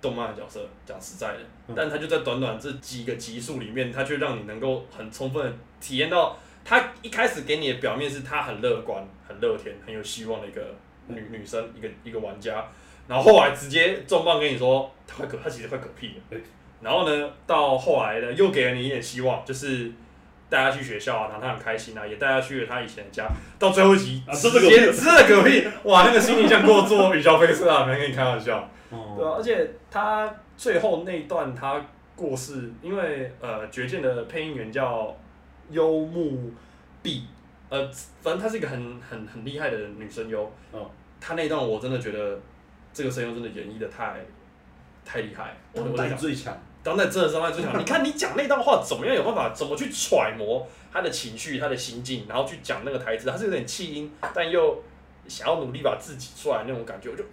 动漫的角色。讲实在的嗯，但他就在短短这几个集数里面，他却让你能够很充分的体验到他一开始给你的表面是他很乐观、很乐天、很有希望的一个女女生，一个一个玩家。然后后来直接重磅跟你说，他快嗝，他其实快嗝屁了对。然后呢，到后来呢，又给了你一点希望，就是带他去学校啊，然后他很开心啊，也带他去了他以前的家。到最后一集，啊直真的嗝屁接吃了嗝屁，哇，那个心情像给我做云霄飞车啊，没人跟你开玩笑。对啊、哦，而且他最后那一段他过世，因为呃，《绝剑》的配音员叫幽木碧，呃，反正她是一个很很很厉害的女声优。嗯，她那一段我真的觉得这个声优真的演绎的太太厉害，我我在哦胆想，最强，当代真的是当代最强。你看你讲那段话怎么样有办法，怎么去揣摩他的情绪、他的心境，然后去讲那个台词，他是有点气音，但又想要努力把自己出来那种感觉，我就。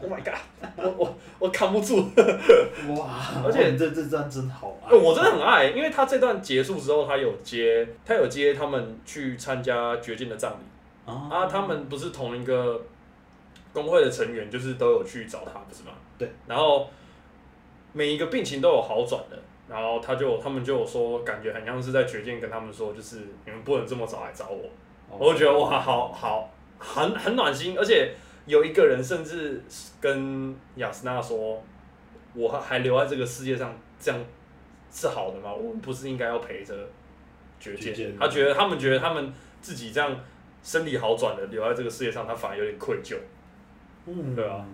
Oh my god！我我我扛不住，哇！而且哇这这段真好啊哎，哦我真的很爱、因为他这段结束之后，他有接，他有接他们去参加绝境的葬礼哦啊，他们不是同一个工会的成员，就是都有去找他，不是吗？对。然后每一个病情都有好转的，然后他就他们就有说，感觉很像是在绝境跟他们说，就是你们不能这么早来找我，我就觉得哇，好好很很暖心，而且有一个人甚至跟雅斯娜说，我还还留在这个世界上，这样是好的吗？我们不是应该要陪着绝绝剑剑？他觉得他们觉得他们自己这样身体好转的留在这个世界上，他反而有点愧疚。嗯，对啊。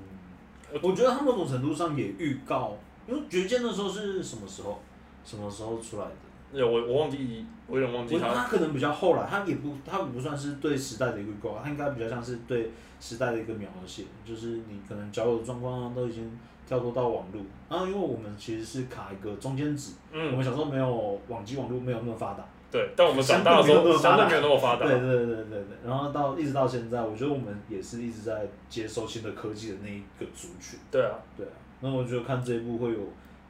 我觉得他某种程度上也预告，因为《绝剑》的时候是什么时候？什么时候出来的？那我我忘记，我有点忘我记觉 得他。他可能比较后来，他也不，他不算是对时代的一个预告，他应该比较像是对时代的一个描写，就是你可能交友状况啊都已经跳脱到网络，然、后因为我们其实是卡一个中间值，我嗯，们小时候没有网际网络没有那么发达，对。但我们长大的时候，相对没相对没有那么发达对。对对对对对，然后到一直到现在，我觉得我们也是一直在接收新的科技的那一个族群。对啊，对啊，那我觉得看这一部会有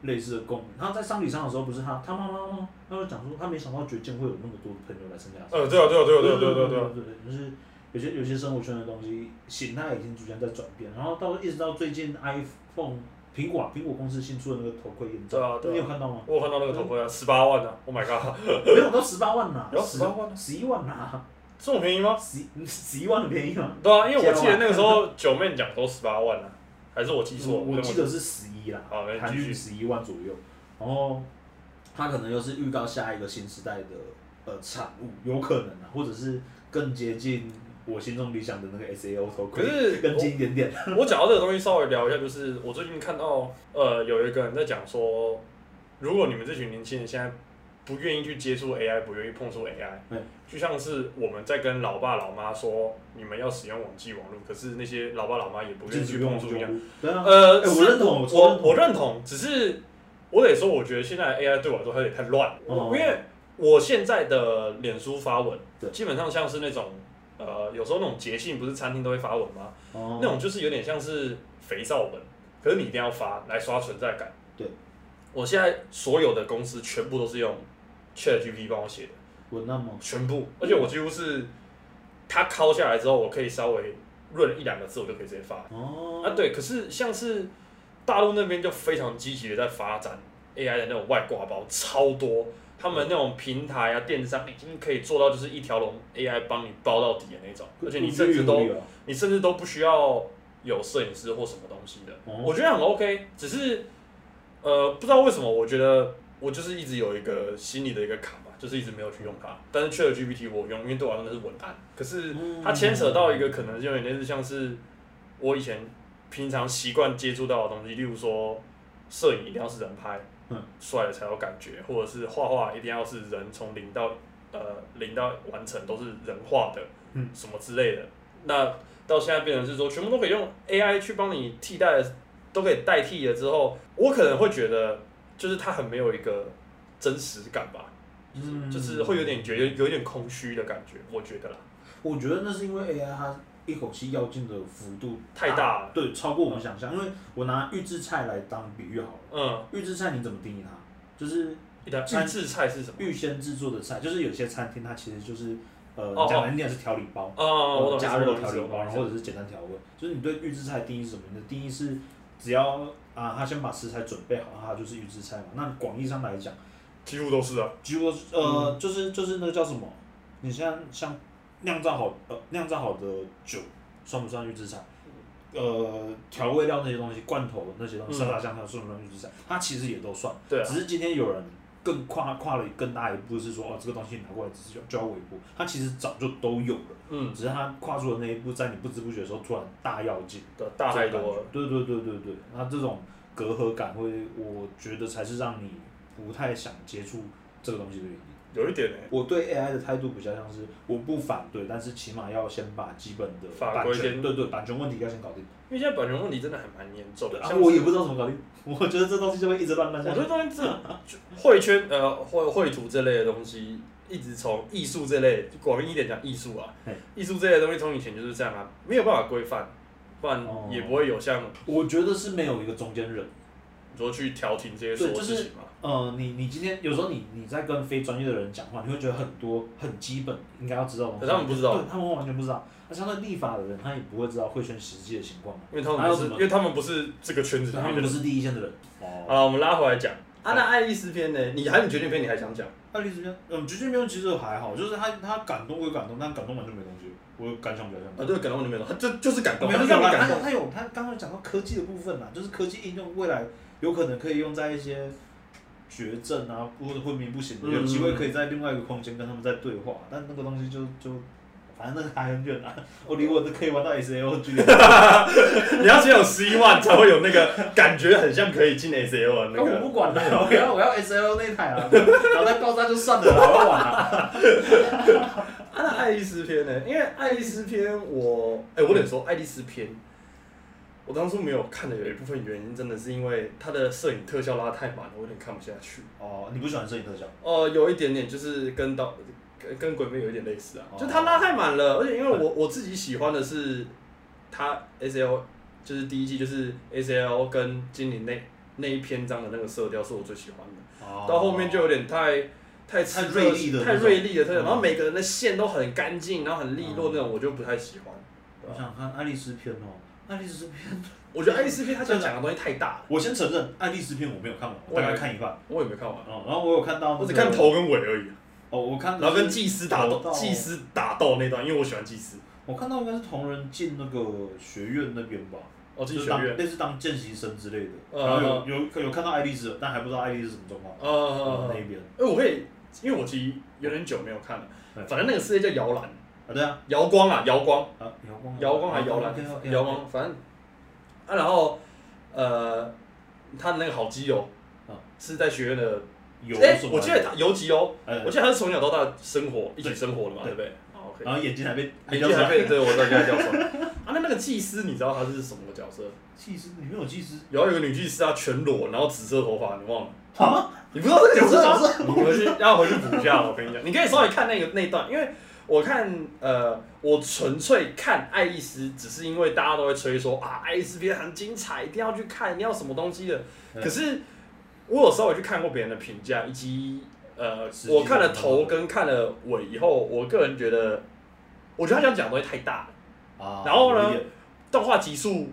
类似的共鸣。他在丧礼上的时候，不是他他妈妈吗？他就讲说他没想到绝境会有那么多的朋友来参加。呃，对啊，对啊，对啊，对啊，对啊，对啊，对对啊。对，就是有些有些生活圈的东西形态已经逐渐在转变，然后到一直到最近 iPhone 苹果啊苹果公司新出的那个头盔眼罩，对啊对啊你有看到吗？我有看到那个头盔啊，十八万啊！Oh my god，没有，都十八万呐、有18万啊十一万呐、这么便宜吗？十十一万的便宜吗？对啊，因为我记得那个时候九妹讲说十八万啊，还是我记错？我我记得是十一啦好那，你韩继续剧十一万左右，然后它可能又是预告下一个新时代的呃产物，有可能啊，或者是更接近我心中理想的那个 S A O 头可盔，是更近一点点。我我讲到这个东西，稍微聊一下，就是我最近看到呃有一个人在讲说，如果你们这群年轻人现在不愿意去接触 AI，不愿意碰触 AI，、嗯就像是我们在跟老爸老妈说你们要使用网际网络，可是那些老爸老妈也不愿意去碰触一样。，对啊，呃，哎我是认同我我超认同我认同，只是我得说，我觉得现在 AI 对我来说它有点太乱了，哦因为我现在的脸书发文对，基本上像是那种呃，有时候那种节庆不是餐厅都会发文吗？哦那种就是有点像是肥皂文，可是你一定要发来刷存在感。对，我现在所有的公司全部都是用 ChatGPT 帮我写的，文案吗？全部，而且我几乎是它拷下来之后，我可以稍微润一两个字，我就可以直接发。哦，啊，对，可是像是大陆那边就非常积极的在发展 AI 的那种外挂包超多，他们那种平台啊、电商已经可以做到就是一条龙 AI 帮你包到底的那种，而且你甚至都你甚至都不需要有摄影师或什么东西的，哦我觉得很 OK。只是呃，不知道为什么，我觉得我就是一直有一个心里的一个坎吧，就是一直没有去用它。但是 Chat GPT 我用，因为对我来说那是文案，可是嗯它牵扯到一个可能就有点类似像是我以前平常习惯接触到的东西，例如说摄影一定要是人拍，嗯，帅了才有感觉，或者是画画一定要是人从零到呃零到完成都是人画的，嗯，什么之类的。那到现在变成是说，全部都可以用 AI 去帮你替代了，都可以代替了之后，我可能会觉得就是它很没有一个真实感吧，就是、嗯就是会有点觉得有点空虚的感觉，我觉得啦，我觉得那是因为 AI 它一口气要进的幅度太大了对，超过我们想象。因为我拿预制菜来当比喻好了，嗯，预制菜你怎么定义它？就是一台餐预制菜是什么？预先制作的菜，就是有些餐厅它其实就是呃哦哦讲难听点是调理包，呃哦，我懂加我热懂调理包，然后或者是简单调味。就是你对预制菜的定义是什么？你的定义是只要啊，他先把食材准备好，那它就是预制菜嘛。那广义上来讲，几乎都是啊，几乎都是呃，就是就是那个叫什么？你像像酿造好呃酿造好的酒，算不算预制菜？呃，调味料那些东西，罐头那些东西，嗯沙拉酱它算不算预制菜？它其实也都算，对啊只是今天有人更跨跨了更大一步，是说哦，这个东西拿过来只是就要微波，它其实早就都有了。嗯，只是他跨出的那一步，在你不知不觉的时候突然大要进，对大太多了，对对对对对，那这种隔阂感会，我觉得才是让你不太想接触这个东西的原因。有一点欸我对 AI 的态度比较像是我不反对，但是起码要先把基本的法版规权，先对对版权问题要先搞定。因为现在版权问题真的还蛮严重的，啊像，我是也不知道怎么搞定， 我觉得这东西就会一直乱乱下我去对。东西这就绘圈呃绘绘图这类的东西，一直从艺术这类广义一点讲艺术啊嘿，艺术这类的东西从以前就是这样啊，没有办法规范，不然哦也不会有像我觉得是没有一个中间人。你说去调停这些所有对就是事情嘛。呃，你你今天有时候你你在跟非专业的人讲话，你会觉得很多很基本应该要知道的东西，可他们不知道对他们完全不知道。那相对立法的人，他也不会知道会圈实际的情况嘛，因为他们还有不是，什么因为他们不是这个圈子对里他面的们不人。是第一线的人。哦，啊，我们拉回来讲，啊，那《爱丽丝篇》呢？你还有你《决定篇》，你还想讲？那李子边，嗯，橘子边其实还好，就是他他感动归感动，但感动完就没东西了，我感想比较像。啊，对，感动就没有，他就就是感动，没他有就没有让你啦，感他动有。他有他刚刚讲到科技的部分啦，就是科技应用未来有可能可以用在一些绝症啊或者昏迷不醒的，嗯有机会可以在另外一个空间跟他们在对话，但那个东西就就反正那个还很远啊，我离我都可以玩到 S L G，你要先有十一万才会有那个感觉，很像可以进 S L 的 那哦我个。不管了，我要我要 S L 那台 啊，脑袋爆炸就算了啦，我要玩啊。啊，那《爱丽丝篇》呢？因为《爱丽丝篇》我，哎、我得说，《爱丽丝篇》，我当初没有看的有一部分原因，真的是因为它的摄影特效拉太满了，我有点看不下去。哦，你不喜欢摄影特效？哦、有一点点就是跟到跟跟鬼妹有一点类似啊，哦就它拉太满了，而且因为我我自己喜欢的是它 S L，就是第一季就是 S L 跟精灵那那一篇章的那个色调是我最喜欢的。哦到后面就有点太太刺锐利的太那种锐利的特效，嗯然后每个人的线都很干净，然后很利落嗯那种，我就不太喜欢。我想看《爱丽丝篇》哦，《爱丽丝篇》，我觉得《爱丽丝篇》它想讲的东西太大了， 我先承认，《爱丽丝篇》我没有看完，我大概看一半。我也没看完，哦，然后我有看到、那个我只看头跟尾而已。啊哦，我看然后跟祭司打头斗，到祭司打斗那段，因为我喜欢祭司。我看到应该是同人进那个学院那边吧，哦，就进是学当院。类似当见习生之类的，嗯然后有有有看到爱丽丝，但还不知道爱丽丝什么状况。呃，那哎一边，我可以，因为我其实有点久没有看了对，反正那个世界叫摇篮，啊对啊，摇光啊，摇光。啊摇光摇光还摇篮，摇光，反正啊，然后呃，他的那个好基友嗯是在学院的，有啊哎什，么？我记得他游吉哦，哎，我记得他是从小到大生活一起对生活的嘛，对对不对？哦，OK，然后眼睛还被眼睛还被对我知道叫教授 啊，那那个祭司你知道他是什么角色？祭司里面 有祭司然后有个女祭司她全裸，然后紫色头发，你忘了？啊，你不知道这个角色吗有这你个角？回去要回去补一下，我跟你讲，你可以稍微看那个那一段，因为我看呃，我纯粹看爱丽丝，只是因为大家都会吹说啊，爱丽丝片很精彩，一定要去看，一定要什么东西的。嗯可是我有稍微去看过别人的评价，以及呃实，际我看了的头跟看了尾以后，我个人觉得，我觉得他想讲的东西太大了，啊，然后呢有一点动画集数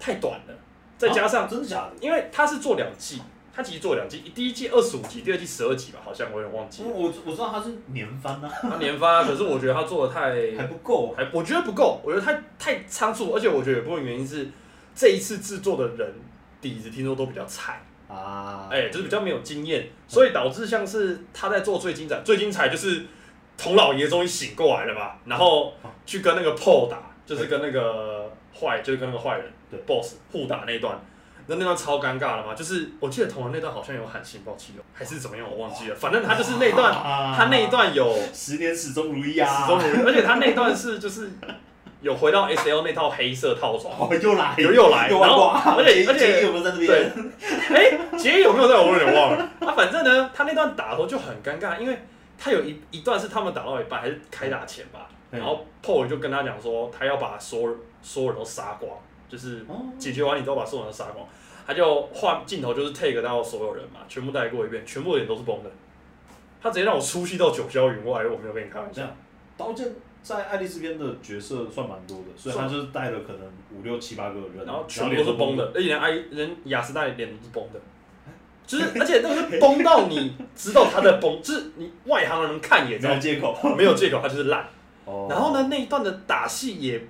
太短了，再加上啊真的假的？因为它是做两季，他其实做了两季，第一季二十五集，第二季十二集吧，好像我有点忘记因了为。我我知道他是年番啊， 他年发，可是我觉得他做的太还不 够。啊还我觉得不够，我觉得太太仓促，而且我觉得有部分原因是这一次制作的人底子听说都比较菜，啊，哎、就是比较没有经验，所以导致像是他在做最精彩，最精彩就是童老爷终于醒过来了吧，嗯然后去跟那个 PO 打，就是跟那个坏，就是跟那个坏人对 BOSS 互打那一段。那那段超尴尬了嘛，就是我记得童文那段好像有喊情报器哦，还是怎么样，我忘记了。反正他就是那段，啊他那一段有十年始终如一啊，始终如一。而且他那段是就是有回到 S L 那套黑色套装，哦又来有又来， 又然后哇哎而且杰而且杰有没有在这对边？，哎，杰有没有在？我有点忘了。啊，反正呢，他那段打头就很尴尬，因为他有一一段是他们打到一半，还是开打前吧，嗯然后 PO 就跟他讲说，他要把所有人所有人都杀光，就是哦解决完你之后把所有人都杀光。他就画镜头就是 take 到所有人嘛，全部带过一遍，全部脸都是崩的。他直接让我出戏到九霄云外，我没有跟你开玩笑。刀剑在爱丽丝边的角色算蛮多的，所以他就是带了可能五六七八个人，然后全部都是崩的。的，而且连埃人雅斯娜脸都是崩的，就是 而且那个是崩到你知道他在崩，就是你外行人看也知没道有借口。没有借口，他就是烂。哦然后呢，？那一段的打戏也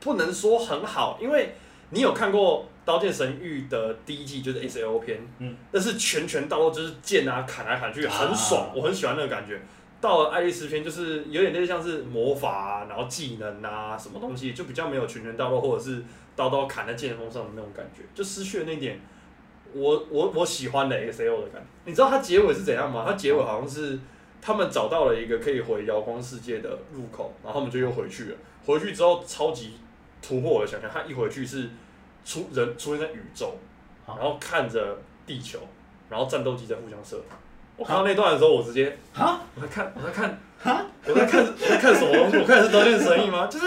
不能说很好，因为你有看过《刀剑神域》的第一季，就是 S L O 篇，嗯，但是拳拳到肉就是剑啊砍来砍去，啊很爽，我很喜欢那个感觉。到了爱丽丝篇，就是有点类似像是魔法啊，然后技能啊，什么东西就比较没有拳拳到肉，或者是刀刀砍在剑锋上的那种感觉，就失去了那点我我我喜欢的 S L 的感觉。你知道它结尾是怎样吗？它结尾好像是他们找到了一个可以回遥光世界的入口，然后他们就又回去了。回去之后超级突破我的想象，他一回去是出人出现在宇宙，啊然后看着地球，然后战斗机在互相射。我看到那段的时候，我直接啊，我在看我在看 我在看我在看什么东西？我看的是《刀剑神域》吗？就是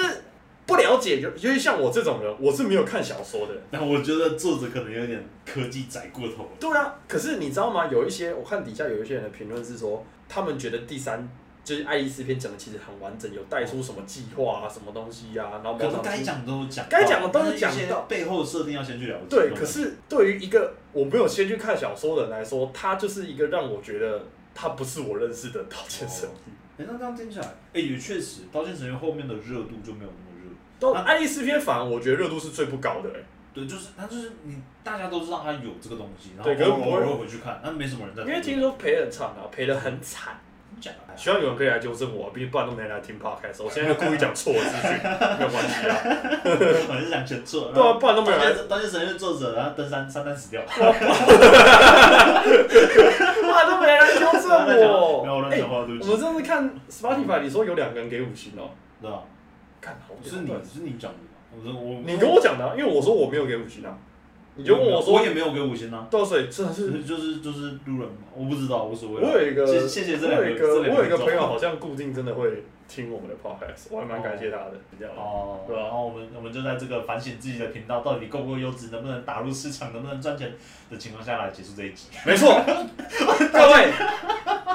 不了解，尤尤其像我这种人，我是没有看小说的人。但我觉得作者可能有点科技窄过头了。对啊，可是你知道吗？有一些我看底下有一些人的评论是说，他们觉得第三就是《爱丽丝篇》讲的其实很完整，有带出什么计划啊、什么东西啊，然后可某是种该讲都有讲到，该讲的都有但是一些讲到背后设定要先去了解。对。可是对于一个我没有先去看小说的人来说，它就是一个让我觉得它不是我认识的《刀剑神域》。哎，那这样听起来，哎，也确实，《刀剑神域》后面的热度就没有那么热。到《啊爱丽丝篇》反而我觉得热度是最不高的、欸，对，就是他就是你，大家都知道他有这个东西，然后对可是不偶会尔会回去看，那没什么人在讨因论。为听说赔很惨啊，赔的很惨。真假 的希望有人可以来纠正我，毕竟不然都没人来听 podcast。我现在就故意讲错的资讯，没有关系啊。我是想全 做，对啊，不然都没有刀人来剑刀剑神域作者，然后登山三单死掉，哇，都没人纠正乱讲我。没有我乱哎讲话，对不我们，起上次看 Spotify，你说有两个人给五星哦，对吧？看好屌是你是你讲的吧？我说我你跟我讲的啊，因为我说我没有给五星啊，你就问我说我也没有给五星啊，到水真的。就是是就是就是路人嘛，我不知道无所我谓啊。有一个，谢谢谢这我两有一个个，这我两个有一个观众朋友好像固定真的会听我们的 podcast，我还蛮感谢他的。这样哦，对啊然后我们我们就在这个反省自己的频道到底够不够优质，能不能打入市场，能不能赚钱的情况下来结束这一 集。没错，各位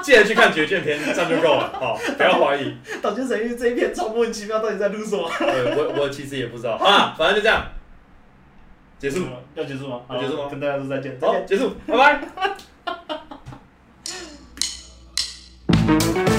记得去看《绝剑篇》，这样就够了。好，不要怀疑。岛剑神域这一片超莫名其妙，到底在录什么？对我我其实也不知道啊，反正就这样，结束，要结束吗？要结束吗好跟大家说再见，再好见，。结束，拜拜。